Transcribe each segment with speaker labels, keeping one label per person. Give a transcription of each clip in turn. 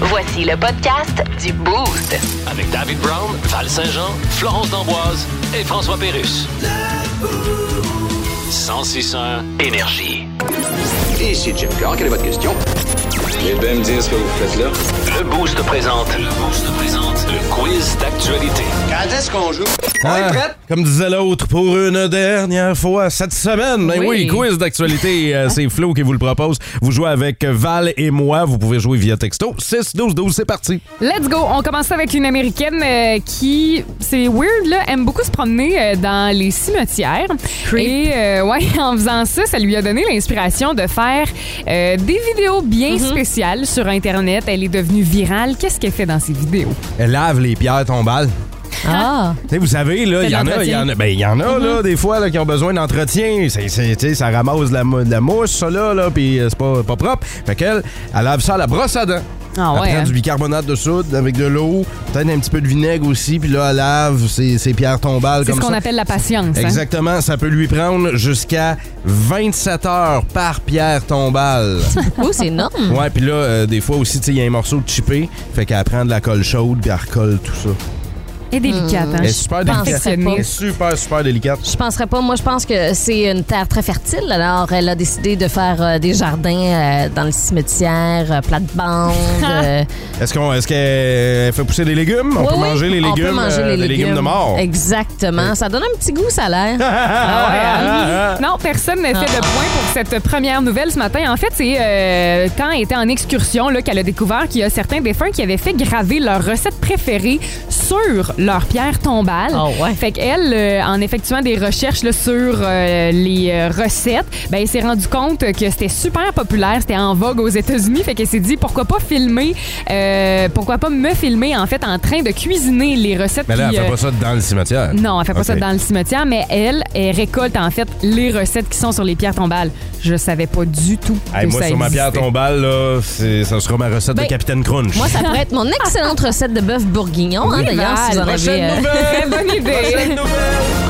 Speaker 1: Voici le podcast du Boost.
Speaker 2: Avec David Brown, Val Saint-Jean, Florence D'Amboise et François Pérus. 1061 Énergie.
Speaker 3: Ici Jim Carr, quelle est votre question?
Speaker 4: Vous bien me dire ce que vous faites là?
Speaker 2: Le Boost présente. Le Boost présente. Le quiz d'actualité.
Speaker 3: Quand est-ce qu'on joue?
Speaker 5: Ah, comme disait l'autre, pour une dernière fois cette semaine. Ben oui,
Speaker 6: Oui.
Speaker 5: quiz d'actualité, euh, c'est Flo qui vous le propose. Vous jouez avec Val et moi. Vous pouvez jouer via texto. 6-12-12, c'est parti.
Speaker 6: Let's go! On commence avec une Américaine euh, qui, c'est weird, là, aime beaucoup se promener euh, dans les cimetières. Et euh, ouais, en faisant ça, ça lui a donné l'inspiration de faire euh, des vidéos bien
Speaker 5: Mm-hmm.
Speaker 6: spéciales sur Internet. Elle est devenue virale. Qu'est-ce qu'elle fait dans ses vidéos?
Speaker 5: Elle lave les pierres tombales.
Speaker 7: Ah!
Speaker 5: Tu sais, vous savez, là, il y en a,
Speaker 7: l'entretien.
Speaker 5: il y en a, ben, il y en a,
Speaker 6: Mm-hmm.
Speaker 5: là, des fois, là, qui ont besoin d'entretien. C'est, c'est- tu sais, ça ramasse de la, mou- de la mousse, ça, là, là, puis euh, c'est pas, pas propre. Fait qu'elle, elle lave ça à la brosse à dents.
Speaker 6: Ah
Speaker 5: elle
Speaker 6: ouais,
Speaker 5: prend
Speaker 6: hein?
Speaker 5: du bicarbonate de soude avec de l'eau, peut-être un petit peu de vinaigre aussi, puis là, elle lave ses, ses pierres tombales
Speaker 6: C'est
Speaker 5: comme
Speaker 6: ce qu'on
Speaker 5: ça.
Speaker 6: appelle la patience. hein?
Speaker 5: Exactement, ça peut lui prendre jusqu'à 27 heures par pierre tombale.
Speaker 7: Oh, c'est énorme!
Speaker 5: ouais, puis là, euh, des fois aussi, tu sais, il y a un morceau de chippé, fait qu'elle prend de la colle chaude, puis elle recolle tout ça.
Speaker 6: Ah, Et délicate. hein?
Speaker 5: Mm. Elle est super
Speaker 7: penserais
Speaker 5: délicate.
Speaker 7: pas.
Speaker 5: Elle est super, super délicate.
Speaker 7: Je penserais pas. Moi, je pense que c'est une terre très fertile. Alors, elle a décidé de faire euh, des jardins euh, dans le cimetière, euh, plate-bande. euh,
Speaker 5: Est-ce qu'on est-ce qu'elle fait pousser des légumes? On
Speaker 7: Oui,
Speaker 5: peut
Speaker 7: oui,
Speaker 5: manger les
Speaker 7: on
Speaker 5: légumes,
Speaker 7: peut manger
Speaker 5: euh,
Speaker 7: les
Speaker 5: des légumes de mort.
Speaker 7: Exactement. Ça donne un petit goût, ça a l'air.
Speaker 6: Ah ouais, hein? Non, personne n'a fait de
Speaker 7: Ah.
Speaker 6: point pour cette première nouvelle ce matin. En fait, c'est euh, quand elle était en excursion là, qu'elle a découvert qu'il y a certains défunts qui avaient fait graver leur recette préférée sur leur pierre tombale.
Speaker 7: Ah ouais.
Speaker 6: Fait qu'elle, euh, en effectuant des recherches là, sur euh, les euh, recettes, ben, elle s'est rendue compte que c'était super populaire, c'était en vogue aux États-Unis. Fait qu'elle s'est dit pourquoi pas filmer, euh, pourquoi pas me filmer en fait en train de cuisiner les recettes.
Speaker 5: Mais là, elle
Speaker 6: qui,
Speaker 5: fait
Speaker 6: euh,
Speaker 5: pas ça dans le cimetière.
Speaker 6: non, elle fait pas ça
Speaker 5: Ok.
Speaker 6: dans le cimetière, mais elle, elle récolte en fait les recettes qui sont sur les pierres tombales. Je savais pas du tout.
Speaker 5: Hey,
Speaker 6: que
Speaker 5: moi,
Speaker 6: ça
Speaker 5: sur ma
Speaker 6: existait.
Speaker 5: pierre tombale, là, c'est- ça sera ma recette
Speaker 7: Ben,
Speaker 5: de Capitaine Crunch.
Speaker 7: Moi, ça pourrait être mon excellente recette de bœuf bourguignon, hein, d'ailleurs, si vous en
Speaker 6: Val.
Speaker 7: avez. euh,
Speaker 6: Très bonne idée.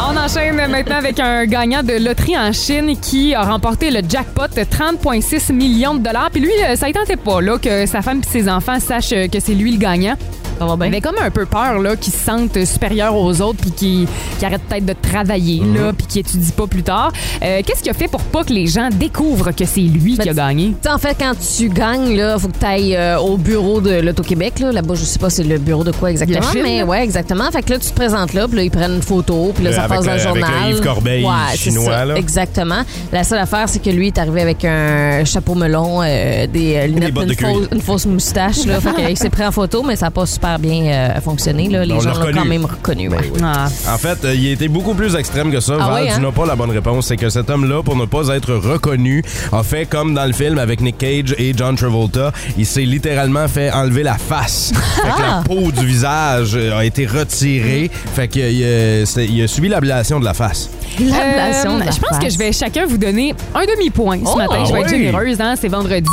Speaker 6: On enchaîne maintenant avec un gagnant de loterie en Chine qui a remporté le jackpot de 30,6 millions de dollars. Puis lui, euh, ça ne tentait pas là, que sa femme et ses enfants sachent euh, que c'est lui le gagnant.
Speaker 7: Ça va bien.
Speaker 6: Il avait comme un peu peur là, qu'ils se sentent supérieurs aux autres puis qu'ils qu'ils arrêtent peut-être de travailler là,
Speaker 5: Mhm.
Speaker 6: puis qu'ils étudient pas plus tard. Euh, Qu'est-ce qu'il a fait pour pas que les gens découvrent que c'est lui qui a
Speaker 7: tu-
Speaker 6: gagné?
Speaker 7: Tu sais, en fait, quand tu gagnes, là, faut que tu ailles au bureau de l'Auto-Québec. Là. Là-bas, je sais pas c'est le bureau de quoi exactement.
Speaker 6: La Chine,
Speaker 7: mais
Speaker 6: là?
Speaker 7: ouais, exactement. Fait que là, tu te présentes là, puis là, ils prennent une photo, puis là,
Speaker 5: Là,
Speaker 7: ça
Speaker 5: Euh, avec
Speaker 7: passe dans le
Speaker 5: le- avec le
Speaker 7: journal.
Speaker 5: Yves Corbeil
Speaker 7: ouais, c'est
Speaker 5: chinois,
Speaker 7: ça,
Speaker 5: là.
Speaker 7: Exactement. La seule affaire, c'est que lui est arrivé avec un chapeau melon, euh, des euh, lunettes,
Speaker 5: bottes
Speaker 7: une,
Speaker 5: de cuir.
Speaker 7: fausse, une fausse moustache. Là. fait qu'il s'est pris en photo, mais ça n'a pas super bien euh, fonctionné. Là. Les
Speaker 5: On l'a
Speaker 7: gens l'ont
Speaker 5: reconnu.
Speaker 7: quand même reconnu. ouais.
Speaker 6: Ah,
Speaker 5: En fait, euh, il était beaucoup plus extrême que ça.
Speaker 7: Ah
Speaker 5: Val,
Speaker 7: oui,
Speaker 5: tu
Speaker 7: hein?
Speaker 5: n'as pas la bonne réponse. C'est que cet homme-là, pour ne pas être reconnu, a fait comme dans le film avec Nick Cage et John Travolta. Il s'est littéralement fait enlever la face. Fait que
Speaker 7: Ah!
Speaker 5: la peau du visage euh, a été retirée.
Speaker 7: Mm.
Speaker 5: Fait qu'il euh, c'était- il a subi l'ablation de la face.
Speaker 7: L'ablation
Speaker 6: Euh,
Speaker 7: de la
Speaker 6: je pense que
Speaker 7: face.
Speaker 6: je vais chacun vous donner un demi-point ce
Speaker 7: Oh!
Speaker 6: matin. Je vais
Speaker 5: Ah
Speaker 6: être
Speaker 5: oui!
Speaker 6: généreuse, hein, c'est vendredi.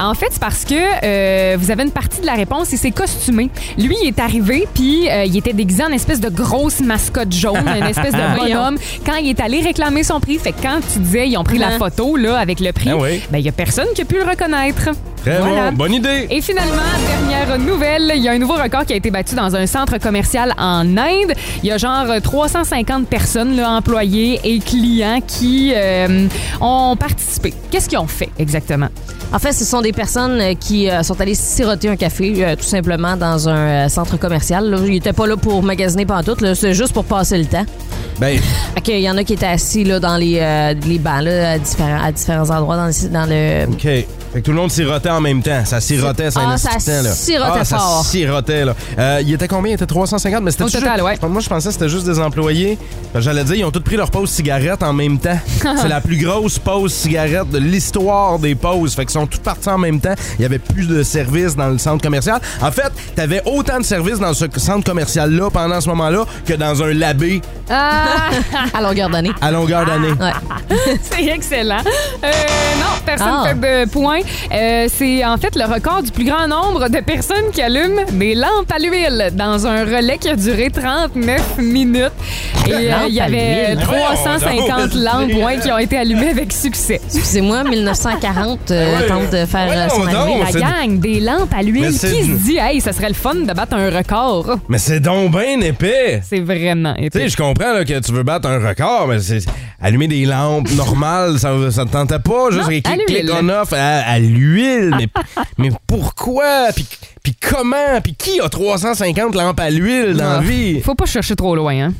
Speaker 6: En fait, c'est parce que euh, vous avez une partie de la réponse et c'est costumé. Lui, il est arrivé, puis euh, il était déguisé en espèce de grosse mascotte jaune, une espèce
Speaker 5: Ah.
Speaker 6: de bonhomme. Quand il est allé réclamer son prix, fait que quand tu disais ils ont pris la
Speaker 7: Hein?
Speaker 6: photo là, avec le prix,
Speaker 5: Ah oui.
Speaker 6: ben, il y a personne qui a pu le reconnaître.
Speaker 5: Très
Speaker 6: Voilà.
Speaker 5: bon. Bonne idée.
Speaker 6: Et finalement, dernière nouvelle, il y a un nouveau record qui a été battu dans un centre commercial en Inde. Il y a genre 350 personnes, là, employés et clients, qui euh, ont participé. Qu'est-ce qu'ils ont fait exactement?
Speaker 7: En fait, ce sont des personnes euh, qui euh, sont allées siroter un café euh, tout simplement dans un euh, centre commercial. Là. Ils n'étaient pas là pour magasiner pantoute, là. c'est juste pour passer le temps.
Speaker 5: Ben,
Speaker 7: Fait qu'il y en a qui étaient assis là, dans les, euh, les bancs là, à, différents, à différents endroits dans le... Dans le...
Speaker 5: OK. Fait que tout le monde sirotait en même temps. Ça sirotait, ça
Speaker 7: Ah, ça
Speaker 5: insistait, là.
Speaker 7: sirotait
Speaker 5: ah, ça
Speaker 7: fort.
Speaker 5: sirotait, là. Euh, il était combien? Il était 350, mais c'était
Speaker 6: Au
Speaker 5: juste-
Speaker 6: total, ouais.
Speaker 5: Moi, je pensais que c'était juste des employés. Fait que J'allais dire, ils ont tous pris leur pause cigarette en même temps. C'est la plus grosse pause cigarette de l'histoire des pauses. Fait qu'ils sont tous partis en même temps. Il y avait plus de services dans le centre commercial. En fait, t'avais autant de services dans ce centre commercial-là pendant ce moment-là que dans un labé
Speaker 6: Ah,
Speaker 7: À longueur d'année.
Speaker 5: à longueur d'année.
Speaker 7: Ouais.
Speaker 6: c'est excellent. Euh, non, personne
Speaker 7: Ah.
Speaker 6: fait de point. Euh, c'est en fait le record du plus grand nombre de personnes qui allument des lampes à l'huile dans un relais qui a duré 39 minutes. Et euh,
Speaker 7: Lampes
Speaker 6: il y
Speaker 7: à
Speaker 6: avait
Speaker 7: l'huile.
Speaker 6: 350 lampes ouais, qui ont été allumées avec succès.
Speaker 7: Excusez-moi, 1940 euh,
Speaker 5: Ouais.
Speaker 7: tente de faire euh, son
Speaker 5: Voyons
Speaker 7: année.
Speaker 5: donc.
Speaker 6: La
Speaker 5: Oh, c'est-
Speaker 6: gang des lampes à
Speaker 5: Mais
Speaker 6: l'huile qui
Speaker 5: c'est
Speaker 6: se
Speaker 5: du-
Speaker 6: dit, hey, ça serait le fun de battre un record. Oh,
Speaker 5: Mais c'est donc bien épais.
Speaker 6: C'est vraiment
Speaker 5: Tu sais,
Speaker 6: épique.
Speaker 5: je comprends là, que tu veux battre un record, mais c'est allumer des lampes normales, ça, ça te tentait pas. Juste
Speaker 6: Non,
Speaker 5: clic,
Speaker 6: à l'huile.
Speaker 5: clic, on off à, à l'huile. mais, mais pourquoi? Puis, puis comment? Puis qui a 350 lampes à l'huile dans la vie?
Speaker 6: Ah. Faut pas chercher trop loin, hein.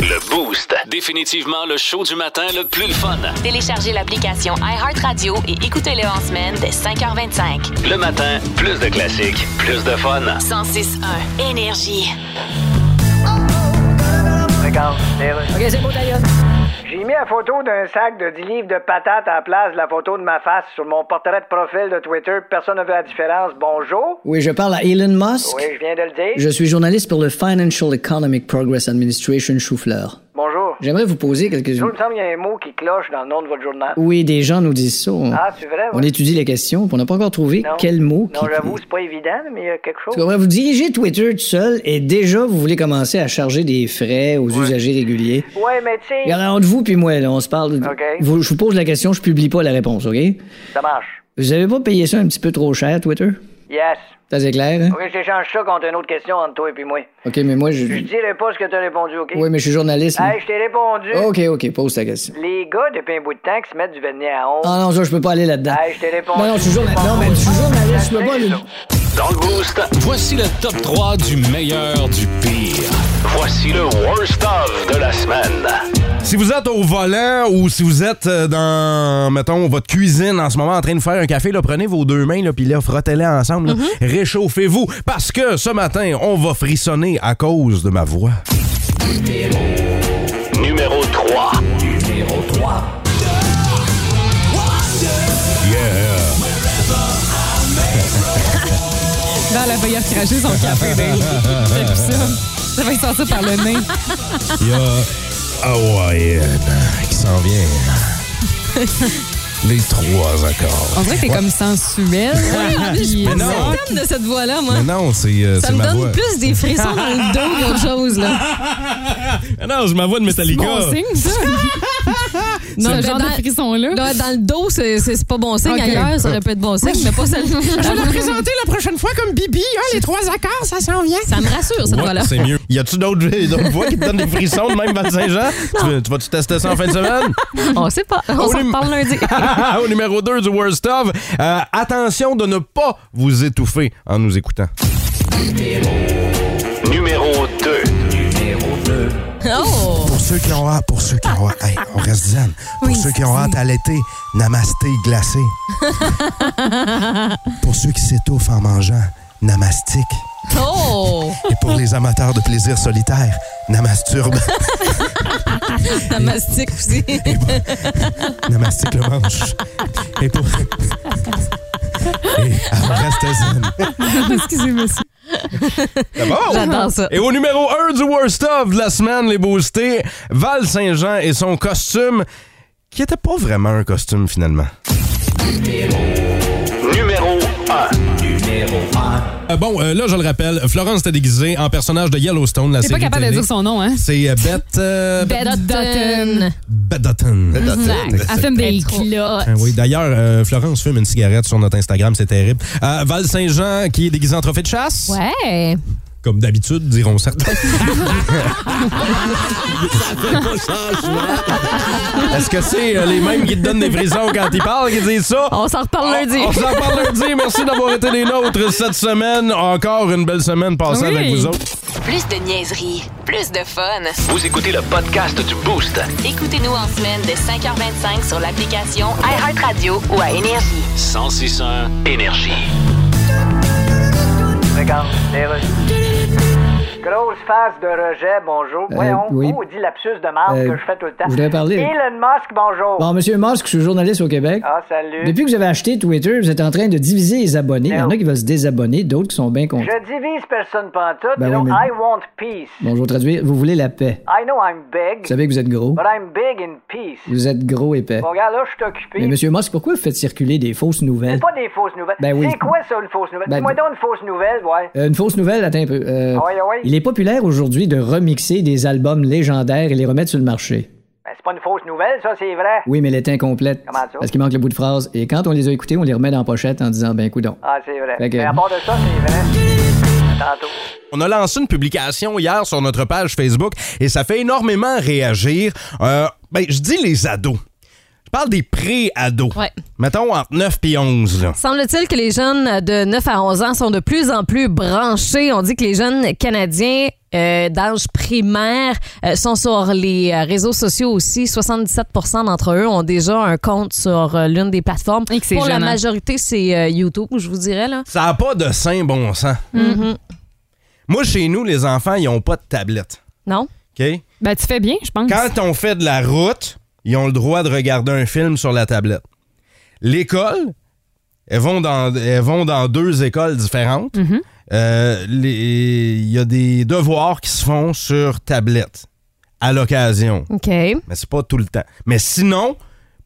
Speaker 2: Le Boost. Définitivement le show du matin le plus le fun.
Speaker 1: Téléchargez l'application iHeartRadio et écoutez-le en semaine dès 5h25.
Speaker 2: Le matin, plus de classiques, plus de fun.
Speaker 1: 106.1 Énergie.
Speaker 8: J'ai mis la photo d'un sac de 10 livres de patates à la place de la photo de ma face sur mon portrait de profil de Twitter. Personne n'a vu la différence. Bonjour.
Speaker 9: Oui, je parle à Elon Musk.
Speaker 8: Oui, je viens de le dire.
Speaker 9: Je suis journaliste pour le Financial Economic Progress Administration Choufleur.
Speaker 8: Bonjour.
Speaker 9: J'aimerais vous poser quelques...
Speaker 8: Il me semble qu'il y a un mot qui cloche dans le nom de votre journal.
Speaker 9: Oui, des gens nous disent ça. On,
Speaker 8: Ah, c'est vrai?
Speaker 9: on
Speaker 8: ouais.
Speaker 9: étudie les questions, puis on n'a pas encore trouvé
Speaker 8: Non.
Speaker 9: quel mot...
Speaker 8: Non,
Speaker 9: qui-
Speaker 8: j'avoue, c'est pas évident, mais il y a quelque chose.
Speaker 9: Parce que, bref, vous dirigez Twitter tout seul et déjà vous voulez commencer à charger des frais aux usagers réguliers.
Speaker 8: Ouais, mais tu sais,
Speaker 9: Regardez, entre vous puis moi, là, on se parle. de-
Speaker 8: OK.
Speaker 9: Vous- je vous pose la question, je publie pas la réponse, OK?
Speaker 8: ça marche.
Speaker 9: Vous avez pas payé ça un petit peu trop cher, Twitter?
Speaker 8: Yes.
Speaker 9: Ça c'est clair, hein?
Speaker 8: Ok, je t'échange ça contre une autre question entre toi et puis moi.
Speaker 9: OK, mais moi, je...
Speaker 8: Je dirai pas ce que t'as répondu, ok?
Speaker 9: Oui, mais je suis journaliste. là.
Speaker 8: Hey, je t'ai répondu.
Speaker 9: OK, OK, pose ta question.
Speaker 8: Les gars, depuis un bout de temps, qui se mettent du vernis à ongles.
Speaker 9: Ah non, ça, je peux pas aller là-dedans.
Speaker 8: Hey, je t'ai répondu. Ah,
Speaker 9: Non, non, je suis journaliste. Non, mais je suis journaliste, je peux pas aller...
Speaker 2: Dans le Boost,
Speaker 10: Voici le top 3 du meilleur du pire.
Speaker 2: voici le worst of de la semaine.
Speaker 5: Si vous êtes au volant ou si vous êtes euh, dans, mettons, votre cuisine en ce moment en train de faire un café, là, prenez vos deux mains, là, puis là, frottez-les ensemble. là. Réchauffez-vous. Parce que ce matin, on va frissonner à cause de ma voix.
Speaker 2: Numéro 3.
Speaker 6: Dans la veille à cracher son café, Dave. C'est plus ça. Ça va être sorti par le nez.
Speaker 5: Il y a Hawaiian qui s'en vient. Les trois accords.
Speaker 6: On dirait que t'es comme sensuel. euh,
Speaker 7: Je
Speaker 5: Mais non.
Speaker 7: certaine de cette voix-là, moi.
Speaker 5: Mais non, c'est euh, c'est
Speaker 7: Ça me
Speaker 5: ma
Speaker 7: donne
Speaker 5: voix.
Speaker 7: plus des frissons dans le dos qu'autre chose, là.
Speaker 5: Ah Non, c'est ma voix de Metallica.
Speaker 6: Bon signe, ça.
Speaker 7: Non,
Speaker 6: Ce
Speaker 7: mais
Speaker 6: genre
Speaker 7: dans-
Speaker 6: de frisson-là.
Speaker 7: Là, dans le dos, c'est c'est pas bon signe.
Speaker 6: Ok.
Speaker 7: Ailleurs, ça aurait pu être bon signe, mais pas ça.
Speaker 6: présenter la prochaine fois comme Bibi. hein, les trois accords, ça s'en vient.
Speaker 7: Ça me rassure, cette
Speaker 5: Ouais,
Speaker 7: voix-là.
Speaker 5: c'est mieux. Y a-tu d'autres d'autres voix qui te donnent des frissons de même Val-Saint-Jean? Tu, veux- tu vas-tu tester ça en fin de semaine?
Speaker 7: On sait pas. On s'en
Speaker 5: num-
Speaker 7: reparle lundi.
Speaker 5: Au numéro 2 du Worst Of, euh, attention de ne pas vous étouffer en nous écoutant.
Speaker 2: Numéro 2.
Speaker 7: Oh!
Speaker 5: Pour ceux qui ont hâte, pour ceux qui ont hâte, hey, on reste zen. Pour
Speaker 7: Oui,
Speaker 5: ceux qui ont
Speaker 7: c'est-
Speaker 5: hâte à l'été, namasté glacé. pour ceux qui s'étouffent en mangeant, namastique.
Speaker 7: Oh!
Speaker 5: Et pour les amateurs de plaisir solitaire, namasturbe.
Speaker 7: Ça mastique aussi.
Speaker 5: namastique le manche. Et pour... Et on reste zen.
Speaker 6: Excusez, monsieur.
Speaker 5: C'est Ah bon.
Speaker 7: J'adore ça.
Speaker 5: Et au numéro 1 du Worst of de la semaine, les boostés, Val Saint-Jean et son costume, qui était pas vraiment un costume finalement.
Speaker 2: Numéro 1.
Speaker 5: bon, euh, là, je le rappelle, Florence était déguisée en personnage de Yellowstone, la
Speaker 6: T'es pas capable de dire son nom, hein?
Speaker 5: C'est euh, Bette... euh,
Speaker 6: Bette Dutton.
Speaker 5: Bette Dutton. Ben,
Speaker 6: Exact. Elle fume des clottes.
Speaker 5: Ah Oui, d'ailleurs, euh, Florence fume une cigarette sur notre Instagram, c'est terrible. Euh, Val Saint-Jean qui est déguisé en trophée de chasse.
Speaker 7: Ouais.
Speaker 5: Comme d'habitude, diront certains. Est-ce que c'est euh, les mêmes qui te donnent des frissons quand ils parlent qui disent ça?
Speaker 7: On s'en reparle lundi.
Speaker 5: On s'en parle lundi. Merci d'avoir été des nôtres cette semaine. Encore une belle semaine passée
Speaker 6: Oui.
Speaker 5: avec vous autres.
Speaker 1: Plus de niaiserie, plus de fun.
Speaker 2: Vous écoutez le podcast du Boost.
Speaker 1: Écoutez-nous en semaine dès 5h25 sur l'application iHeartRadio ou à Énergie.
Speaker 2: 1061 Énergie.
Speaker 8: Regarde, les rues. Grosse grosse phase de rejet, bonjour.
Speaker 9: Euh,
Speaker 8: Voyons,
Speaker 9: oui.
Speaker 8: oh, dit lapsus de marde
Speaker 9: Euh,
Speaker 8: que je fais tout le temps.
Speaker 9: je voulais parler-
Speaker 8: Elon Musk, bonjour.
Speaker 9: Bon, Monsieur Musk, je suis journaliste au Québec.
Speaker 8: Ah, salut.
Speaker 9: Depuis que vous avez acheté Twitter, vous êtes en train de diviser les abonnés. Il y en a qui veulent se désabonner, d'autres qui sont bien contents.
Speaker 8: Je divise personne pantoute,
Speaker 9: Ben
Speaker 8: you know,
Speaker 9: oui, mais-
Speaker 8: I want peace.
Speaker 9: Bon, je vais traduire. Vous voulez la paix.
Speaker 8: I know I'm big,
Speaker 9: Vous savez que vous êtes gros.
Speaker 8: but I'm big in peace.
Speaker 9: Vous êtes gros et paix.
Speaker 8: Bon, regarde, là, je suis occupé.
Speaker 9: Mais Monsieur Musk, pourquoi vous faites circuler des fausses
Speaker 8: C'est
Speaker 9: nouvelles?
Speaker 8: pas des fausses nouvelles.
Speaker 9: Ben oui.
Speaker 8: C'est quoi ça, une fausse nouvelle?
Speaker 9: Ben,
Speaker 8: Dis-moi donc une fausse nouvelle, ouais.
Speaker 9: Euh, une fausse nouvelle, attends un peu. Euh,
Speaker 8: Ah ouais, ah ouais.
Speaker 9: Il est populaire aujourd'hui de remixer des albums légendaires et les remettre sur le marché.
Speaker 8: Ben, c'est pas une fausse nouvelle, ça, c'est vrai.
Speaker 9: Oui, mais elle est incomplète.
Speaker 8: Comment ça?
Speaker 9: Parce qu'il manque le bout de phrase. Et quand on les a écoutés, on les remet dans la pochette en disant, ben, coudon.
Speaker 8: Ah, c'est vrai.
Speaker 9: Fait que-
Speaker 8: Mais à part de ça, c'est vrai. À Tantôt.
Speaker 5: On a lancé une publication hier sur notre page Facebook et ça fait énormément réagir. Euh, ben, je dis les ados. Je parle des pré-ados.
Speaker 7: Ouais.
Speaker 5: Mettons entre 9 et 11. là.
Speaker 7: Semble-t-il que les jeunes de 9 à 11 ans sont de plus en plus branchés. On dit que les jeunes Canadiens euh, d'âge primaire euh, sont sur les euh, réseaux sociaux aussi. 77 d'entre eux ont déjà un compte sur euh, l'une des plateformes.
Speaker 6: Et que c'est
Speaker 7: Pour la
Speaker 6: gênant.
Speaker 7: majorité, c'est euh, YouTube, je vous dirais. Là.
Speaker 5: Ça n'a pas de saint bon sens.
Speaker 6: Mm-hmm.
Speaker 5: Moi, chez nous, les enfants, ils n'ont pas de tablette.
Speaker 7: Non?
Speaker 5: OK?
Speaker 6: Ben, tu fais bien, je pense.
Speaker 5: Quand on fait de la route, ils ont le droit de regarder un film sur la tablette. L'école, elles vont dans, elles vont dans deux écoles différentes.
Speaker 6: Mm-hmm.
Speaker 5: Euh, les- Il y a des devoirs qui se font sur tablette à l'occasion,
Speaker 7: OK.
Speaker 5: mais c'est pas tout le temps. Mais sinon,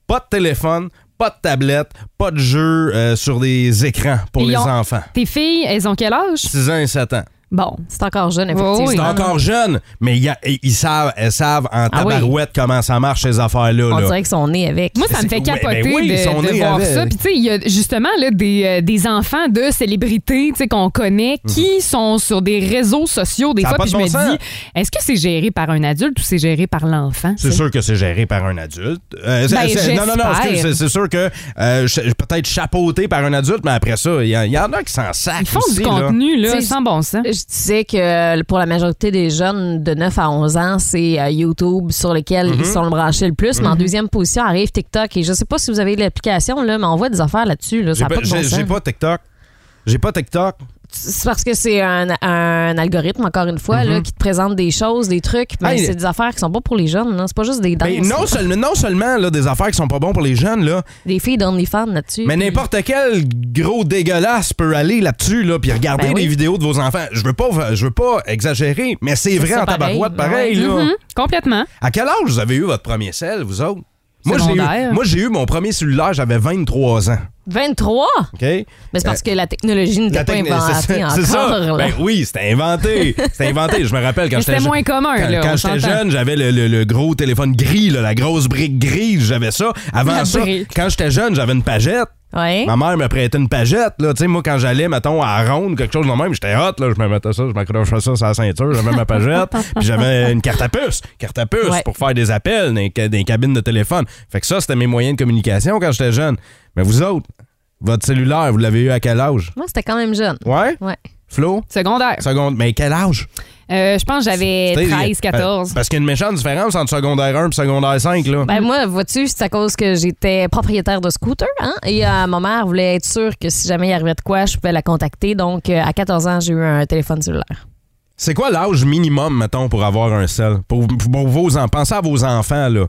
Speaker 5: pas de téléphone, pas de tablette, pas de jeu euh, sur des écrans pour
Speaker 6: Ils
Speaker 5: les
Speaker 6: ont-
Speaker 5: enfants.
Speaker 6: Tes filles, elles ont quel âge?
Speaker 5: 6 ans et 7 ans.
Speaker 6: Bon.
Speaker 7: C'est encore jeune,
Speaker 6: oui.
Speaker 7: effectivement.
Speaker 5: C'est encore jeune, mais il y a- ils, savent, elles savent en
Speaker 7: Ah oui.
Speaker 5: tabarouette comment ça marche ces affaires-là.
Speaker 7: On
Speaker 5: là.
Speaker 7: dirait qu'ils sont nés avec.
Speaker 6: Moi, ça me
Speaker 5: C'est-
Speaker 6: fait
Speaker 5: ouais,
Speaker 6: capoter
Speaker 5: ben oui,
Speaker 6: de,
Speaker 5: ils sont
Speaker 6: de
Speaker 5: nés
Speaker 6: voir
Speaker 5: avec.
Speaker 6: ça. Puis, tu sais, il y a justement là, des, euh, des enfants de célébrités tu sais, qu'on connaît qui sont sur des réseaux sociaux des
Speaker 5: Mhm. Ça a
Speaker 6: fois.
Speaker 5: pas
Speaker 6: Puis, je
Speaker 5: de
Speaker 6: me
Speaker 5: bon sens.
Speaker 6: dis, est-ce que c'est géré par un adulte ou c'est géré par l'enfant?
Speaker 5: C'est sûr que c'est géré par un adulte. Euh, c'est-
Speaker 6: Ben,
Speaker 5: c'est- non, non, non,
Speaker 6: j'espère.
Speaker 5: excuse, c'est- c'est sûr que euh, ch- peut-être chapeauté par un adulte, mais après ça, il y, en- il y en a qui s'en sacent.
Speaker 6: Ils font
Speaker 5: aussi,
Speaker 6: du
Speaker 5: là.
Speaker 6: contenu, là,
Speaker 7: C'est-
Speaker 6: sans bon sens.
Speaker 7: Je disais que euh, pour la majorité des jeunes de 9 à 11 ans, c'est euh, YouTube sur lequel
Speaker 5: Mhm.
Speaker 7: ils sont branchés le plus. Mais en deuxième position arrive TikTok. Et je sais pas si vous avez l'application, là, mais on voit des affaires là-dessus. Là. Ça
Speaker 5: J'ai
Speaker 7: n'a
Speaker 5: pas,
Speaker 7: pas de bon
Speaker 5: j'ai-
Speaker 7: sens.
Speaker 5: j'ai pas TikTok. J'ai pas TikTok.
Speaker 7: C'est parce que c'est un, un algorithme, encore une fois, là, qui te présente des choses, des trucs. Mais
Speaker 5: Mhm. Hey.
Speaker 7: c'est des affaires qui sont pas pour les jeunes. là. C'est pas juste des danses.
Speaker 5: Mais non, seul- non seulement là, des affaires qui sont pas bonnes pour les jeunes, là,
Speaker 7: Des filles d'OnlyFans là-dessus.
Speaker 5: mais n'importe quel gros dégueulasse peut aller là-dessus là, puis regarder
Speaker 7: Ben oui.
Speaker 5: les vidéos de vos enfants. Je veux pas, je veux pas exagérer, mais c'est vrai
Speaker 7: ça
Speaker 5: en tabarouette
Speaker 7: pareil. Ben Mm-hmm.
Speaker 5: pareil. là.
Speaker 6: Mhm, complètement.
Speaker 5: À quel âge vous avez eu votre premier sel, vous autres? Moi, j'ai eu,
Speaker 6: Secondaire.
Speaker 5: moi, j'ai eu mon premier cellulaire, j'avais 23 ans.
Speaker 7: 23?
Speaker 5: OK? Euh,
Speaker 7: Mais c'est parce que la technologie n'était
Speaker 5: Ben, La
Speaker 7: pas
Speaker 5: techni-
Speaker 7: inventée
Speaker 5: c'est ça,
Speaker 7: encore.
Speaker 5: c'est ça.
Speaker 7: là.
Speaker 5: Ben oui, c'était inventé. C'était inventé. Je me rappelle quand
Speaker 6: Mais
Speaker 5: j'étais
Speaker 6: c'était
Speaker 5: jeune.
Speaker 6: moins commun,
Speaker 5: Quand,
Speaker 6: là,
Speaker 5: quand
Speaker 6: on
Speaker 5: j'étais
Speaker 6: s'entend.
Speaker 5: jeune, j'avais le, le- le gros téléphone gris, là, la grosse brique grise, j'avais ça. Avant
Speaker 6: La
Speaker 5: ça,
Speaker 6: brique.
Speaker 5: quand j'étais jeune, j'avais une pagette.
Speaker 7: Ouais.
Speaker 5: Ma mère me prêtait une pagette. Là. Tu sais, Moi, quand j'allais, mettons, à Ronde, quelque chose de même, j'étais hot. Là. Je me mettais ça, je m'accrochais ça sur la ceinture, j'avais ma pagette. puis j'avais une carte à puce. Carte à puce
Speaker 7: Ouais.
Speaker 5: pour faire des appels dans les ca- dans les cabines de téléphone. Fait que ça, c'était mes moyens de communication quand j'étais jeune. Mais vous autres, votre cellulaire, vous l'avez eu à quel âge?
Speaker 7: Moi, c'était quand même jeune.
Speaker 5: Ouais?
Speaker 7: Ouais.
Speaker 5: Flo?
Speaker 6: Secondaire.
Speaker 5: Seconde, mais quel âge?
Speaker 6: Euh, je pense que j'avais
Speaker 5: T'sais,
Speaker 6: 13, 14.
Speaker 5: pa- Parce qu'il y a une méchante différence entre secondaire 1 et secondaire 5. Là.
Speaker 7: Ben moi, vois-tu, c'est à cause que j'étais propriétaire de scooter, hein? Et euh, ma mère voulait être sûre que si jamais il arrivait de quoi, je pouvais la contacter. Donc, euh, à 14 ans, j'ai eu un téléphone cellulaire.
Speaker 5: C'est quoi l'âge minimum, mettons, pour avoir un sel? Pour, pour vos enfants. Pensez à vos enfants, là.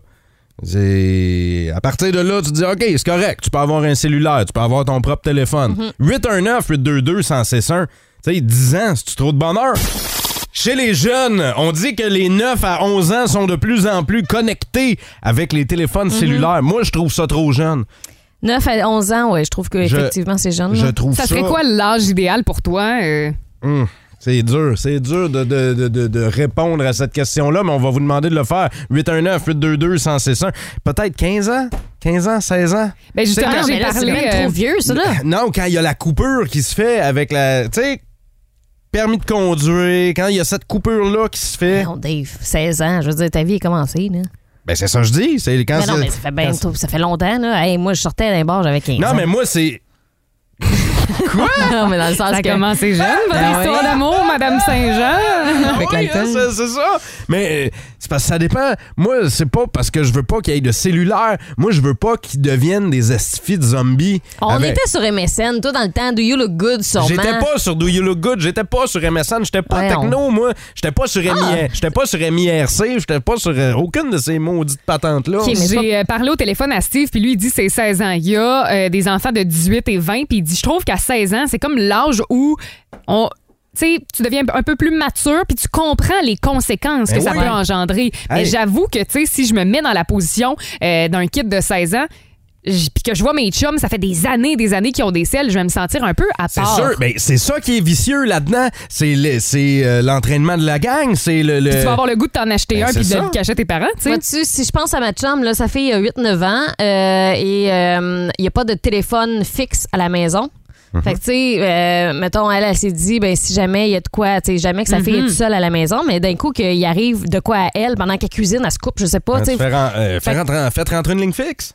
Speaker 5: C'est- À partir de là, tu te dis, OK, c'est correct. Tu peux avoir un cellulaire, tu peux avoir ton propre téléphone.
Speaker 6: Mm-hmm.
Speaker 5: 819-822-161. Tu sais, 10 ans, c'est-tu trop de bonheur? Chez les jeunes, on dit que les 9 à 11 ans sont de plus en plus connectés avec les téléphones
Speaker 6: Mm-hmm.
Speaker 5: cellulaires. Moi, je trouve ça trop jeune.
Speaker 7: 9 à 11 ans, ouais, je trouve que
Speaker 5: Je-
Speaker 7: effectivement c'est jeune.
Speaker 5: Je
Speaker 7: là.
Speaker 5: trouve ben, ça...
Speaker 6: Mm-hmm. Ça serait quoi l'âge idéal pour toi? euh?
Speaker 5: Hum, C'est dur, c'est dur de, de- de- de- de répondre à cette question-là, mais on va vous demander de le faire. 819-822-1061. Peut-être 15 ans? 15 ans, 16 ans?
Speaker 6: Ben, justement,
Speaker 5: C'est quand-
Speaker 6: j'ai
Speaker 7: Ah, Mais là, c'est
Speaker 6: parlé.
Speaker 7: même
Speaker 6: euh,
Speaker 7: trop vieux, ça, là.
Speaker 5: Non, quand il y a la coupure qui se fait avec la. Tu sais, permis de conduire, quand il y a cette coupure-là qui se fait.
Speaker 7: Non, Dave, 16 ans, je veux dire, ta vie est commencée, là.
Speaker 5: Ben, c'est ça que je dis. C'est quand
Speaker 7: mais non,
Speaker 5: c'est-
Speaker 7: mais ça fait, bien
Speaker 5: quand
Speaker 7: trop- ça fait longtemps, là. Hey, moi, je sortais d'un bar, j'avais 15
Speaker 5: Non,
Speaker 7: ans.
Speaker 5: mais moi, c'est. Quoi?
Speaker 7: Non, mais dans le sens
Speaker 6: Ça
Speaker 7: que...
Speaker 6: commence jeune, votre
Speaker 7: Ah ouais.
Speaker 6: histoire d'amour, Madame Saint-Jean.
Speaker 7: Avec
Speaker 5: Oui,
Speaker 7: l'alcool.
Speaker 5: hein, c'est c'est ça. Mais euh, c'est parce que ça dépend. Moi, c'est pas parce que je veux pas qu'il y ait de cellulaire. Moi, je veux pas qu'ils deviennent des estifis de zombies.
Speaker 7: On
Speaker 5: avec-
Speaker 7: était sur MSN, toi, dans le temps, Do You Look Good, sûrement.
Speaker 5: J'étais pas sur Do You Look Good, j'étais pas sur MSN, j'étais pas
Speaker 7: Voyons. Ah.
Speaker 5: techno, moi. J'étais pas sur MIR, j'étais pas sur MIRC, j'étais pas sur euh, aucune de ces maudites patentes-là.
Speaker 7: Ok, mais
Speaker 6: J'ai euh, parlé au téléphone à Steve, puis lui, il dit c'est 16 ans. Il y a euh, des enfants de 18 et 20, puis il dit je trouve qu'à 16 ans, c'est comme l'âge où on. Tu sais, tu deviens un peu plus mature, puis tu comprends les conséquences
Speaker 5: Ben
Speaker 6: que ça
Speaker 5: oui.
Speaker 6: peut engendrer. Mais
Speaker 5: Hey.
Speaker 6: j'avoue que, tu sais, si je me mets dans la position euh, d'un kid de 16 ans, j- puis que je vois mes chums, ça fait des années des années qu'ils ont des selles, je vais me sentir un peu à
Speaker 5: C'est
Speaker 7: Ah.
Speaker 6: part.
Speaker 5: sûr, mais c'est ça qui est vicieux là-dedans. C'est le- c'est, euh, l'entraînement de la gang, c'est le. le-
Speaker 6: Puis tu vas avoir le goût de t'en acheter
Speaker 5: Ben,
Speaker 6: un,
Speaker 5: c'est
Speaker 6: puis de
Speaker 5: ça.
Speaker 6: le cacher à tes parents, tu sais.
Speaker 7: Vois-tu, si je pense à ma chum, là, sa fille a 8-9 ans euh, et euh, il n'y a pas de téléphone fixe à la maison.
Speaker 5: Mhm.
Speaker 7: Fait que, tu sais, euh, mettons, elle, elle s'est dit, ben, si jamais il y a de quoi, tu sais, jamais que sa fille est
Speaker 5: Mhm.
Speaker 7: toute seule à la maison, mais d'un coup, qu'il arrive de quoi à elle pendant qu'elle cuisine, elle se coupe, je sais pas,
Speaker 5: Ben,
Speaker 7: tu sais.
Speaker 5: tu fais ren- euh, fais
Speaker 7: Fait-
Speaker 5: rentrer- Faites rentrer une ligne fixe.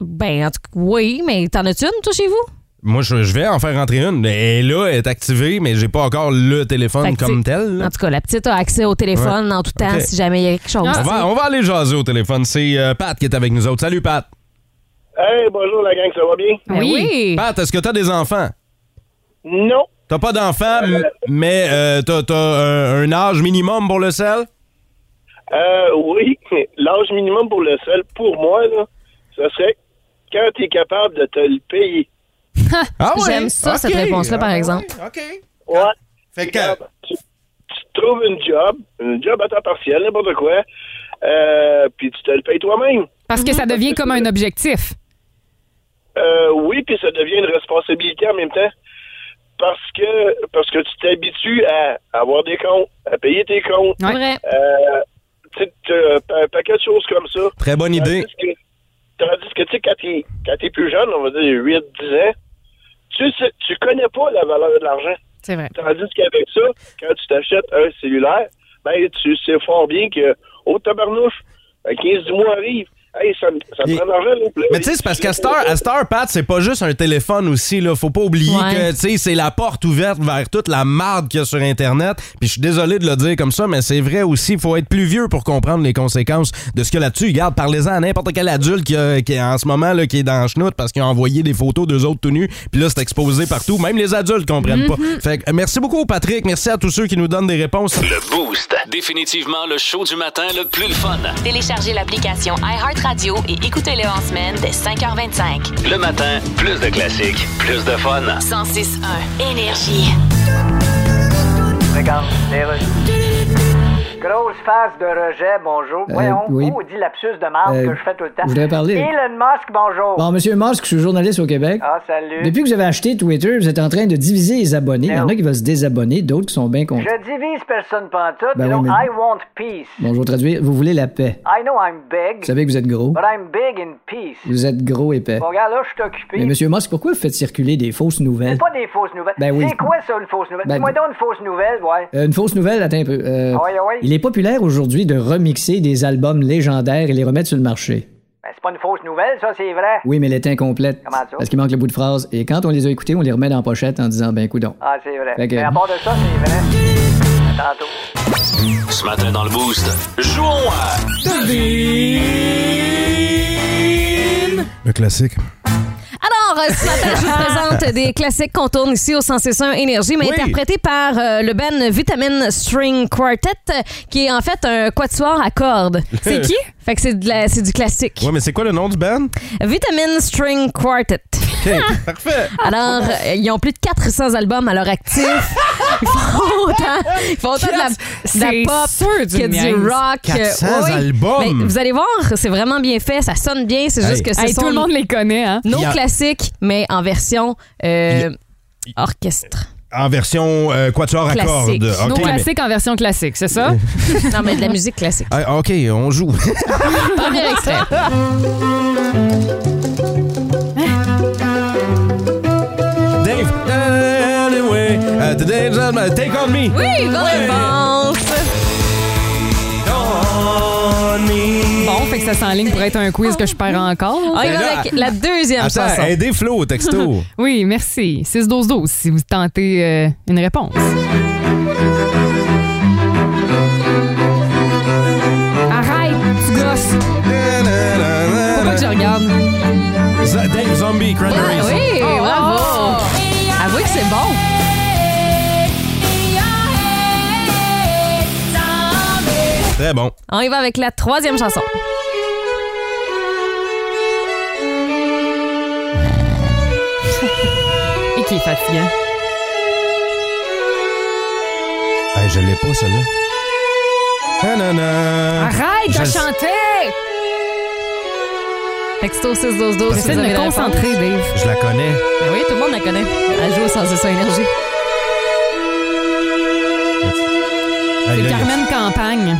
Speaker 7: Ben, en tout cas, oui, mais t'en as-tu une, toi, chez vous?
Speaker 5: Moi, je, je vais en faire rentrer une. Et là, elle est activée, mais j'ai pas encore le
Speaker 7: Fait
Speaker 5: téléphone
Speaker 7: que,
Speaker 5: comme
Speaker 7: tu sais,
Speaker 5: tel. là.
Speaker 7: En tout cas, la petite a accès au téléphone en tout temps
Speaker 5: Ok.
Speaker 7: si jamais il y a quelque chose.
Speaker 5: On va, on va aller jaser au téléphone. C'est euh, Pat qui est avec nous autres. Salut, Pat.
Speaker 11: Hey, bonjour la gang, ça va bien?
Speaker 7: Ben
Speaker 6: Oui.
Speaker 7: oui.
Speaker 5: Pat, est-ce que t'as des enfants?
Speaker 11: Non.
Speaker 5: T'as pas d'enfants, m- mais euh, t'as t'as, euh, un âge minimum pour le sel?
Speaker 11: Euh, oui, l'âge minimum pour le sel, pour moi, là, ce serait quand tu es capable de te le payer.
Speaker 5: Ah ouais?
Speaker 7: J'aime ça, cette
Speaker 5: Ok.
Speaker 7: réponse-là, par
Speaker 5: Ah ouais,
Speaker 7: exemple.
Speaker 5: OK.
Speaker 11: Ouais.
Speaker 5: Fait que-
Speaker 11: Quand tu, tu te trouves une job, une job à temps partiel, n'importe quoi, euh, puis tu te le payes toi-même.
Speaker 6: Parce que ça devient comme un objectif.
Speaker 11: Euh, oui, puis ça devient une responsabilité en même temps. Parce que parce que tu t'habitues à avoir des comptes, à payer tes comptes,
Speaker 7: C'est vrai.
Speaker 11: euh, tu sais, t'as un paquet de choses comme ça.
Speaker 5: Très bonne idée.
Speaker 11: Tandis que, tandis que, tu sais, quand t'es, quand t'es plus jeune, on va dire 8, 10 ans, tu sais, tu connais pas la valeur de l'argent.
Speaker 6: C'est vrai.
Speaker 11: Tandis qu'avec ça, quand tu t'achètes un cellulaire, ben, tu sais fort bien que, au tabarnouche, ben, 15 mois arrivent. Hey, ça, me- ça me
Speaker 5: Et-
Speaker 11: prend de l'argent, là.
Speaker 5: Mais tu sais, c'est parce qu'à cette heure, à cette heure, Pat, c'est pas juste un téléphone aussi. Là. Faut pas oublier
Speaker 7: Ouais.
Speaker 5: que tu sais, c'est la porte ouverte vers toute la marde qu'il y a sur Internet. Puis je suis désolé de le dire comme ça, mais c'est vrai aussi. Faut être plus vieux pour comprendre les conséquences de ce que là-dessus. Regarde, parlez-en à n'importe quel adulte qui, a- qui est en ce moment là, qui est dans le chenoute parce qu'ils ont envoyé des photos d'eux autres tout nus. Puis là, c'est exposé partout. Même les adultes comprennent
Speaker 7: Mm-hmm.
Speaker 5: pas. Fait que, euh, merci beaucoup, Patrick. Merci à tous ceux qui nous donnent des réponses.
Speaker 2: Le Boost. Définitivement le show du matin le plus le fun.
Speaker 1: Téléchargez l'application iHeartRadio et écoutez-le en semaine dès 5h25.
Speaker 2: Le matin, plus de classiques, plus de fun.
Speaker 1: 106.1 Énergie.
Speaker 8: Regarde, les rues.
Speaker 11: Grosse phase de rejet, bonjour.
Speaker 9: Euh, oui.
Speaker 8: Oh, dit lapsus de marde
Speaker 9: Euh,
Speaker 8: que je fais tout le temps.
Speaker 9: je voulais parler.
Speaker 8: Elon Musk, bonjour.
Speaker 9: Bon, Monsieur Musk, je suis journaliste au Québec.
Speaker 8: Ah, salut.
Speaker 9: Depuis que vous avez acheté Twitter, vous êtes en train de diviser les abonnés. Il y en
Speaker 8: Non.
Speaker 9: a qui vont se désabonner, d'autres qui sont bien contents.
Speaker 8: Je divise personne pantoute.
Speaker 9: Ben
Speaker 8: you know,
Speaker 9: oui, mais-
Speaker 8: I want peace.
Speaker 9: Bon, je vais traduire. Vous voulez la paix.
Speaker 8: I know I'm big,
Speaker 9: Vous savez que vous êtes gros.
Speaker 8: but I'm big in peace.
Speaker 9: Vous êtes gros épais.
Speaker 8: Bon, regarde, là, je suis occupé.
Speaker 9: Mais Monsieur Musk, pourquoi vous faites circuler des fausses
Speaker 8: C'est
Speaker 9: nouvelles?
Speaker 8: pas des fausses nouvelles.
Speaker 9: Ben oui.
Speaker 8: C'est quoi ça, une fausse nouvelle?
Speaker 9: Ben-
Speaker 8: Dis-moi donc une fausse nouvelle, ouais.
Speaker 9: Euh, une fausse nouvelle, attends un peu. Euh,
Speaker 8: Ah ouais, ah ouais.
Speaker 9: Il est populaire aujourd'hui de remixer des albums légendaires et les remettre sur le marché.
Speaker 8: Ben, c'est pas une fausse nouvelle, ça, c'est vrai.
Speaker 9: Oui, mais elle est incomplète.
Speaker 8: Comment ça?
Speaker 9: Parce qu'il manque le bout de phrase. Et quand on les a écoutés, on les remet dans la pochette en disant, ben, coudon.
Speaker 8: Ah, c'est vrai.
Speaker 9: Fait que-
Speaker 8: Mais à part de ça, c'est vrai. À tantôt.
Speaker 2: Ce matin dans le Boost, jouons à
Speaker 5: Le classique.
Speaker 7: Alors, euh, ce matin, je vous présente des classiques qu'on tourne ici au 161 Énergie, mais
Speaker 5: Oui.
Speaker 7: interprétés par euh, le band Vitamin String Quartet, euh, qui est en fait un quatuor à cordes.
Speaker 6: C'est qui?
Speaker 7: Fait que c'est de la- c'est du classique.
Speaker 5: Ouais, mais c'est quoi le nom du band?
Speaker 7: Vitamin String Quartet.
Speaker 5: OK, parfait.
Speaker 7: Alors, euh, ils ont plus de 400 albums à leur actif. Ils font autant, ils font autant de la, de la
Speaker 6: C'est
Speaker 7: pop
Speaker 6: sûr du
Speaker 7: que du
Speaker 6: niaise.
Speaker 7: rock. euh,
Speaker 5: 400
Speaker 7: oui.
Speaker 5: albums.
Speaker 7: Mais vous allez voir, c'est vraiment bien fait, ça sonne bien, c'est
Speaker 5: Hey.
Speaker 7: juste que ce
Speaker 6: Hey,
Speaker 7: sont
Speaker 6: tout le monde les connaît, hein?
Speaker 7: nos
Speaker 5: Il y a-
Speaker 7: classiques, mais en version euh, orchestre.
Speaker 5: En version euh, quatuor à
Speaker 7: Classique.
Speaker 5: cordes.
Speaker 6: Nos
Speaker 5: OK, mais-
Speaker 6: classiques en version classique, c'est ça?
Speaker 7: Non, mais de la musique classique.
Speaker 5: Ah, OK, on joue.
Speaker 7: Premier extrait.
Speaker 5: Dave, anyway, uh, today's not my- take on me.
Speaker 7: Oui, bonne réponse.
Speaker 5: On me.
Speaker 6: Bon, fait fait que ça s'enligne pour être un quiz que je perds encore.
Speaker 7: Ah, il y en a qui- la deuxième
Speaker 5: Attends,
Speaker 7: chanson.
Speaker 5: aidez Flo au texto.
Speaker 6: oui, merci. 6-12-12 si vous tentez euh, une réponse. Arrête, tu gosses. Pourquoi
Speaker 5: Euh,
Speaker 6: que je regarde?
Speaker 5: Z- Dave Zombie, Cranberries.
Speaker 7: Ah oui, bravo.
Speaker 6: Avouez que c'est bon.
Speaker 5: Très bon.
Speaker 7: On y va avec la troisième chanson.
Speaker 6: Et qui est fatigant.
Speaker 5: Hey, je l'ai pas, celle-là. Ta-na-na.
Speaker 6: Arrête
Speaker 5: Ah, Je
Speaker 6: de
Speaker 5: le-
Speaker 6: chanter!
Speaker 7: Texto 61212.
Speaker 6: J'essaie de me concentrer, Dave.
Speaker 5: Je la connais.
Speaker 7: Ben oui, tout le monde la connaît. Elle joue au sens de son énergie.
Speaker 5: Hey,
Speaker 6: C'est
Speaker 5: là, il y a-
Speaker 6: Carmen Campagne.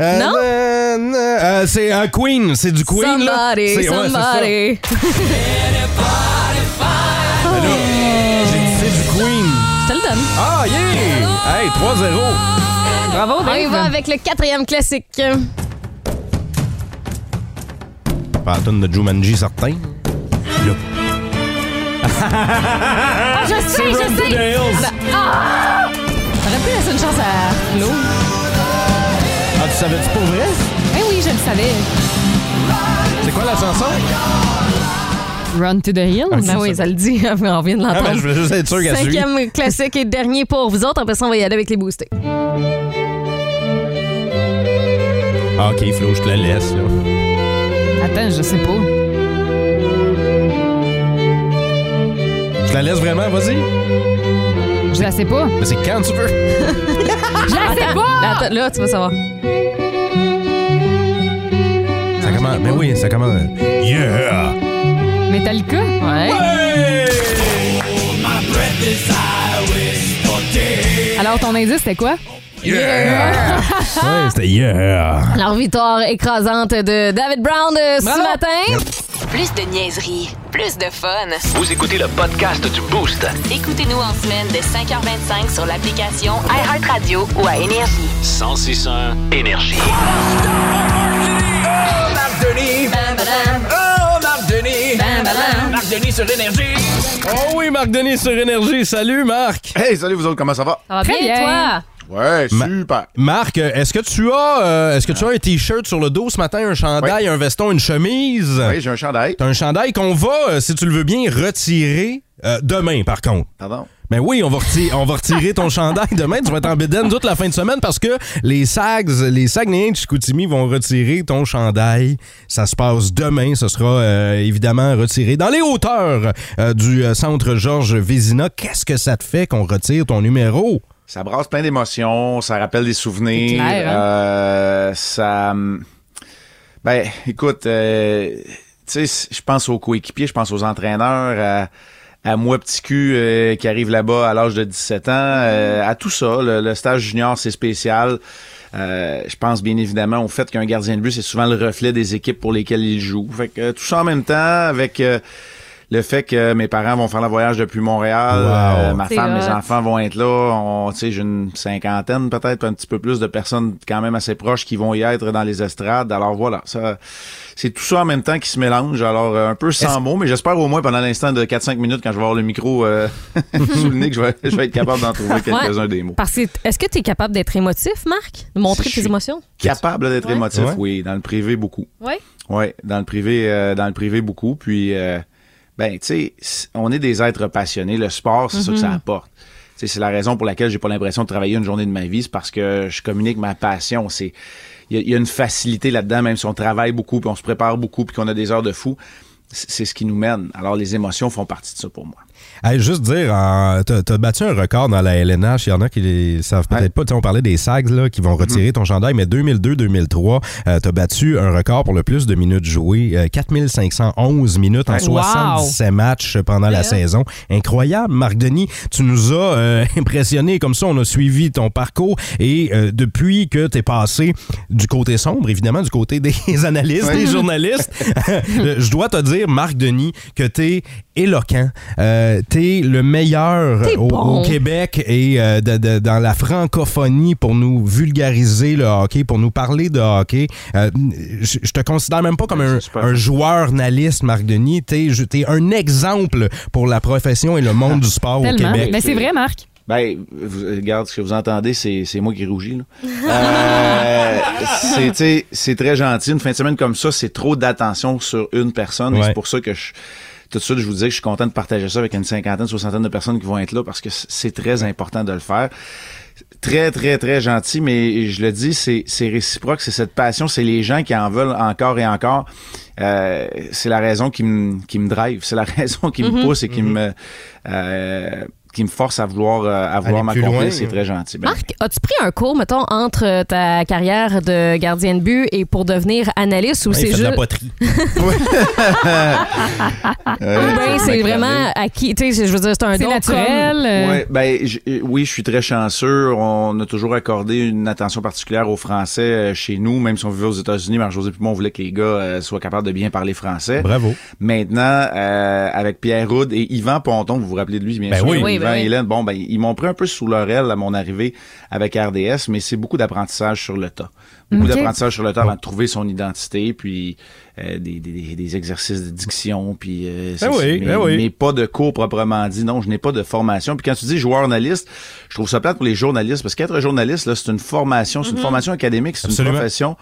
Speaker 5: Euh,
Speaker 7: Non?
Speaker 5: euh, euh, c'est un Queen. C'est du Queen, là.
Speaker 7: somebody,
Speaker 5: C'est- ouais, c'est ça.
Speaker 7: somebody.
Speaker 5: Ben là, j'ai dit c'est du Queen.
Speaker 7: Je te le donne.
Speaker 5: Ah, yeah! Hey, 3-0.
Speaker 6: Bravo,
Speaker 7: On y
Speaker 6: Dave.
Speaker 7: va avec le quatrième classique.
Speaker 5: Pas la toune de Jumanji, certain. Là.
Speaker 7: Ah, je sais, Ah,
Speaker 5: Run to the hills.
Speaker 7: J'aurais pu laisser une chance à Flo. ben.
Speaker 5: Ah, tu savais-tu pour vrai?
Speaker 7: Eh oui, je le savais.
Speaker 5: C'est quoi la chanson?
Speaker 6: Run to the Hills.
Speaker 7: Ben oui, ça le dit. On vient de
Speaker 5: Ah, ben,
Speaker 7: l'entendre.
Speaker 5: je veux juste être sûr qu'elle suit.
Speaker 7: Cinquième classique et dernier pour vous autres. Après ça, on va y aller avec les boostés.
Speaker 5: Ah, OK, Flo, je te la laisse, là.
Speaker 6: Attends, je sais pas.
Speaker 5: Je te la laisse vraiment, vas-y.
Speaker 6: Je la sais pas.
Speaker 5: Mais c'est quand tu veux.
Speaker 6: Je la sais pas!
Speaker 7: Là, attends, là, tu vas savoir. Ah,
Speaker 5: Ça commence. Mais oui, ça commence. Yeah!
Speaker 6: Metallica?
Speaker 7: Ouais.
Speaker 6: Alors, ton indice, c'était quoi?
Speaker 5: Ouais, c'était yeah!
Speaker 7: Alors, victoire écrasante de David Brown euh, ce matin.
Speaker 1: Plus de niaiserie, plus de fun.
Speaker 2: Vous écoutez le podcast du Boost.
Speaker 1: Écoutez-nous en semaine de 5h25 sur l'application iHeartRadio ou à Énergie.
Speaker 2: 1061 Énergie.
Speaker 5: Oh oui, Marc Denis sur Énergie. Salut, Marc!
Speaker 12: Hey, salut vous autres, comment ça va?
Speaker 7: Ça va
Speaker 6: Très
Speaker 7: bien,
Speaker 6: bien.
Speaker 7: toi?
Speaker 12: Ouais, super.
Speaker 5: Marc, euh, est-ce que tu as euh, est-ce que tu as un t-shirt sur le dos ce matin, un chandail, un veston, une chemise?
Speaker 12: Oui, j'ai un chandail.
Speaker 5: T'as un chandail qu'on va, euh, si tu le veux bien, retirer euh, demain, par contre.
Speaker 12: Pardon?
Speaker 5: Ben oui, on va, reti- on va retirer ton chandail demain. Tu vas être en bédaine toute la fin de semaine parce que les Sags, les Saguenayens de Chicoutimi vont retirer ton chandail. Ça se passe demain. Ce sera euh, évidemment retiré dans les hauteurs euh, du euh, centre Georges Vézina. Qu'est-ce que ça te fait qu'on retire ton numéro?
Speaker 12: Ça brasse plein d'émotions, ça rappelle des souvenirs.
Speaker 6: C'est clair, hein?
Speaker 12: euh, ça. hum, Ben, écoute, euh, tu sais, je pense aux coéquipiers, je pense aux entraîneurs, à, à moi petit cul euh, qui arrive là-bas à l'âge de 17 ans, euh, à tout ça. Le, le stage junior, c'est spécial. Euh, je pense bien évidemment au fait qu'un gardien de but, c'est souvent le reflet des équipes pour lesquelles il joue. Fait que euh, tout ça en même temps, avec euh, le fait que mes parents vont faire le voyage depuis Montréal,
Speaker 5: Wow.
Speaker 12: euh, ma
Speaker 7: C'est
Speaker 12: femme, mes
Speaker 7: hot.
Speaker 12: enfants vont être là. On, tu sais, j'ai une cinquantaine peut-être, un petit peu plus de personnes quand même assez proches qui vont y être dans les estrades. Alors voilà, ça, c'est tout ça en même temps qui se mélange. Alors euh, un peu sans mots, mais j'espère au moins pendant l'instant de 4-5 minutes quand je vais avoir le micro euh, sous le nez que je vais, je vais être capable d'en trouver quelques-uns des mots.
Speaker 7: Parce que est-ce que tu es capable d'être émotif, Marc? De montrer
Speaker 12: Si je
Speaker 7: tes
Speaker 12: suis.
Speaker 7: émotions?
Speaker 12: Capable d'être
Speaker 7: Ouais.
Speaker 12: émotif,
Speaker 5: Ouais.
Speaker 12: oui. Dans le privé, beaucoup.
Speaker 7: Oui.
Speaker 12: Oui, dans le privé, euh, dans le privé beaucoup. Puis, euh, ben, tu sais, c- on est des êtres passionnés. Le sport, c'est ça que ça apporte. Tu sais, c'est la raison pour laquelle j'ai pas l'impression de travailler une journée de ma vie, c'est parce que je communique ma passion. C'est, il y, a- il y a une facilité là-dedans, même si on travaille beaucoup, puis on se prépare beaucoup, puis qu'on a des heures de fou. c- C'est ce qui nous mène. Alors, les émotions font partie de ça pour moi.
Speaker 5: Hey, juste dire, en- t'as t'as battu un record dans la LNH. Il y en a qui les savent peut-être
Speaker 12: Ouais.
Speaker 5: pas. Tu sais, on parlait des Sags là, qui vont retirer ton chandail, mais 2002-2003, euh, t'as battu un record pour le plus de minutes jouées. euh, 4511 minutes en
Speaker 6: Ouais.
Speaker 5: 77 matchs pendant
Speaker 7: Ben
Speaker 5: la saison. Incroyable, Marc Denis. Tu nous as euh, impressionnés. Comme ça, on a suivi ton parcours. Et euh, depuis que t'es passé du côté sombre, évidemment, du côté des analystes, des journalistes, je dois te dire, Marc Denis, que t'es éloquent. Euh, euh, t'es le meilleur
Speaker 7: T'es
Speaker 5: au,
Speaker 7: bon.
Speaker 5: au Québec et euh, de- de- dans la francophonie pour nous vulgariser le hockey, pour nous parler de hockey. Euh, je je te considère même pas comme un, un joueur journaliste, Marc Denis. T'es je- t'es un exemple pour la profession et le monde du sport au
Speaker 6: Tellement.
Speaker 5: Québec.
Speaker 6: Mais c'est vrai, Marc.
Speaker 12: Ben, vous- regarde, ce que vous entendez, c'est c'est moi qui rougis. là. Euh, c'est, tu sais, c'est très gentil. Une fin de semaine comme ça, c'est trop d'attention sur une personne. Et
Speaker 5: Ouais.
Speaker 12: c'est pour ça que je, tout de suite, je vous dis que je suis content de partager ça avec une cinquantaine, soixantaine de personnes qui vont être là parce que c- c'est très important de le faire. Très, très, très gentil, mais je le dis, c'est c'est réciproque, c'est cette passion, c'est les gens qui en veulent encore et encore. Euh, c'est la raison qui me qui me drive, c'est la raison qui
Speaker 7: Mhm.
Speaker 12: me pousse et qui me euh, qui me force à vouloir euh, à vouloir
Speaker 5: plus loin.
Speaker 12: m'accomplir, c'est très gentil. Ben,
Speaker 7: Marc, as-tu pris un cours, mettons, entre euh, ta carrière de gardien de but et pour devenir analyste ou
Speaker 5: Ouais, il
Speaker 7: c'est
Speaker 5: fait de la
Speaker 7: juste.
Speaker 5: poterie.
Speaker 12: euh,
Speaker 7: Ou ben, c'est vraiment acquis. Tu sais, je veux dire, c'est un
Speaker 6: C'est
Speaker 7: don
Speaker 6: naturel. euh,
Speaker 12: Ouais, ben, j- euh, oui, je suis très chanceux. On a toujours accordé une attention particulière aux Français euh, chez nous, même si on vivait aux États-Unis. Marc-José Pimon, on voulait que les gars euh, soient capables de bien parler français.
Speaker 5: Bravo.
Speaker 12: Maintenant, euh, avec Pierre Roud et Yvan Ponton, vous vous rappelez de lui, bien
Speaker 5: Ben
Speaker 12: sûr.
Speaker 5: oui.
Speaker 7: Oui,
Speaker 12: Yvan
Speaker 7: ben
Speaker 12: et
Speaker 7: oui.
Speaker 12: Hélène, bon, ben, ils m'ont pris un peu sous leur aile à mon arrivée avec RDS, mais c'est beaucoup d'apprentissage sur le tas. Beaucoup
Speaker 6: Ok.
Speaker 12: d'apprentissage sur le tas avant de trouver son identité, puis euh, des, des- des- des exercices de diction, puis euh,
Speaker 5: Ben oui,
Speaker 12: mais,
Speaker 5: ben oui.
Speaker 12: mais pas de cours proprement dit. Non, je n'ai pas de formation. Puis quand tu dis joueur journaliste, je trouve ça plate pour les journalistes parce qu'être journaliste, là, c'est une formation, c'est une formation académique, c'est une
Speaker 5: Mhm. Absolument.
Speaker 12: profession.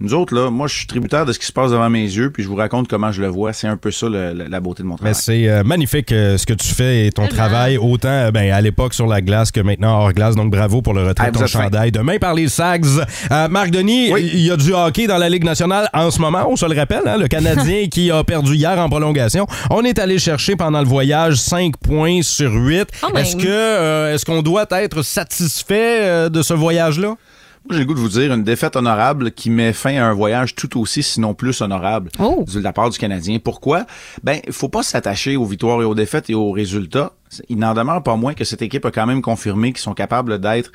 Speaker 12: Nous autres, là, moi, je suis tributaire de ce qui se passe devant mes yeux, puis je vous raconte comment je le vois. C'est un peu ça le- le- la beauté de mon
Speaker 5: Mais
Speaker 12: travail.
Speaker 5: c'est euh, magnifique euh, ce que tu fais et ton
Speaker 12: Eh ben.
Speaker 5: travail, autant euh, ben, à l'époque sur la glace que maintenant hors glace. Donc bravo pour le retrait
Speaker 12: Ah,
Speaker 5: de
Speaker 12: vous
Speaker 5: ton
Speaker 12: êtes fin.
Speaker 5: chandail. Demain par les Sags. Euh, Marc Denis,
Speaker 12: Oui.
Speaker 5: il y a du hockey dans la Ligue nationale en ce moment. On se le rappelle, hein, le Canadien qui a perdu hier en prolongation. On est allé chercher pendant le voyage 5 points sur 8.
Speaker 12: Oh,
Speaker 7: Quand
Speaker 12: ben
Speaker 7: même.
Speaker 5: Est-ce que euh, est-ce qu'on doit être satisfait euh, de ce voyage-là?
Speaker 12: Moi, J'ai le goût de vous dire une défaite honorable qui met fin à un voyage tout aussi, sinon plus honorable,
Speaker 7: Oh.
Speaker 12: de la part du Canadien. Pourquoi? Ben, faut pas s'attacher aux victoires et aux défaites et aux résultats. Il n'en demeure pas moins que cette équipe a quand même confirmé qu'ils sont capables d'être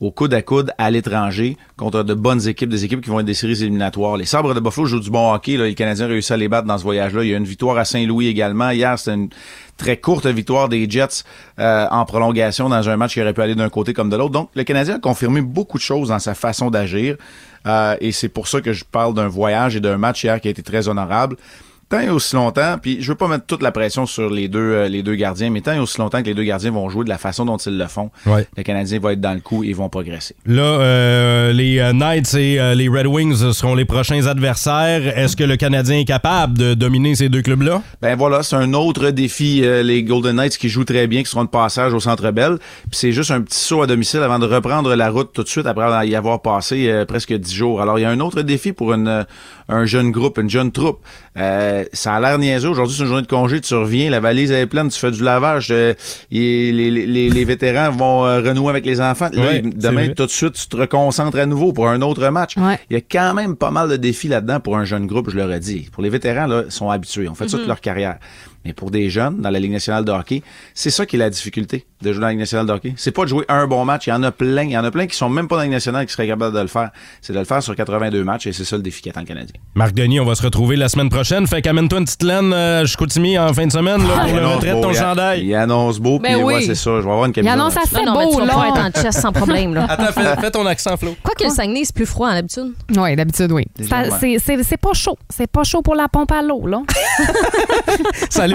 Speaker 12: au coude à coude à l'étranger contre de bonnes équipes, des équipes qui vont être des séries éliminatoires. Les Sabres de Buffalo jouent du bon hockey. Là. Les Canadiens réussissent à les battre dans ce voyage-là. Il y a une victoire à Saint-Louis également. Hier, c'était une très courte victoire des Jets euh, en prolongation dans un match qui aurait pu aller d'un côté comme de l'autre. Donc, le Canadien a confirmé beaucoup de choses dans sa façon d'agir. Euh, et c'est pour ça que je parle d'un voyage et d'un match hier qui a été très honorable. Tant et aussi longtemps, puis je veux pas mettre toute la pression sur les deux euh, les deux gardiens, mais tant et aussi longtemps que les deux gardiens vont jouer de la façon dont ils le font,
Speaker 5: Ouais.
Speaker 12: le Canadien va être dans le coup et ils vont progresser.
Speaker 5: Là, euh, les euh, Knights et euh, les Red Wings seront les prochains adversaires. Est-ce que le Canadien est capable de dominer ces deux clubs-là?
Speaker 12: Ben voilà, c'est un autre défi. euh, les Golden Knights qui jouent très bien, qui seront de passage au Centre Bell. Puis c'est juste un petit saut à domicile avant de reprendre la route tout de suite après y avoir passé euh, presque dix jours. Alors il y a un autre défi pour une, euh, un jeune groupe, une jeune troupe. Euh, ça a l'air niaiseux. Aujourd'hui, c'est une journée de congé. Tu reviens, la valise elle est pleine, tu fais du lavage. euh, et les, les- les- les vétérans vont euh, renouer avec les enfants. Là,
Speaker 5: Ouais, c'est
Speaker 12: demain,
Speaker 5: vrai.
Speaker 12: tout de suite, tu te reconcentres à nouveau pour un autre match.
Speaker 6: Ouais.
Speaker 12: Il y a quand même pas mal de défis là-dedans pour un jeune groupe, je leur ai dit. Pour les vétérans, là, ils sont habitués, ont fait
Speaker 6: Mm-hmm.
Speaker 12: ça toute leur carrière. Mais pour des jeunes, dans la Ligue nationale de hockey, c'est ça qui est la difficulté de jouer dans la Ligue nationale de hockey. C'est pas de jouer un bon match. Il y en a plein. Il y en a plein qui sont même pas dans la Ligue nationale qui seraient capables de le faire. C'est de le faire sur 82 matchs et c'est ça le défi qu'attend le Canadien.
Speaker 5: Marc Denis, on va se retrouver la semaine prochaine. Fait qu'amène-toi une petite laine euh, jusqu'au Timi en fin de semaine là, pour
Speaker 12: Il
Speaker 5: le
Speaker 12: annonce
Speaker 5: retrait de
Speaker 12: beau,
Speaker 5: Ah, ton
Speaker 12: il a-
Speaker 5: chandail.
Speaker 12: Il annonce beau,
Speaker 6: Ben
Speaker 12: puis
Speaker 6: oui.
Speaker 12: ouais, c'est ça. Je vais avoir une
Speaker 6: Il
Speaker 12: camisole.
Speaker 6: annonce
Speaker 7: Non,
Speaker 6: assez
Speaker 7: non, mais tu
Speaker 6: beau,
Speaker 7: vas pouvoir
Speaker 6: là.
Speaker 7: être en chess sans problème. Là.
Speaker 5: Attends, fais, fais ton accent, Flo.
Speaker 7: Quoi que le Saguenay, c'est plus froid, d'habitude.
Speaker 6: Oui, d'habitude, oui.
Speaker 12: Déjà,
Speaker 6: C'est-
Speaker 12: ouais.
Speaker 6: c'est- C'est c'est pas chaud. C'est pas chaud pour la pompe à l'eau, là.
Speaker 5: Salut,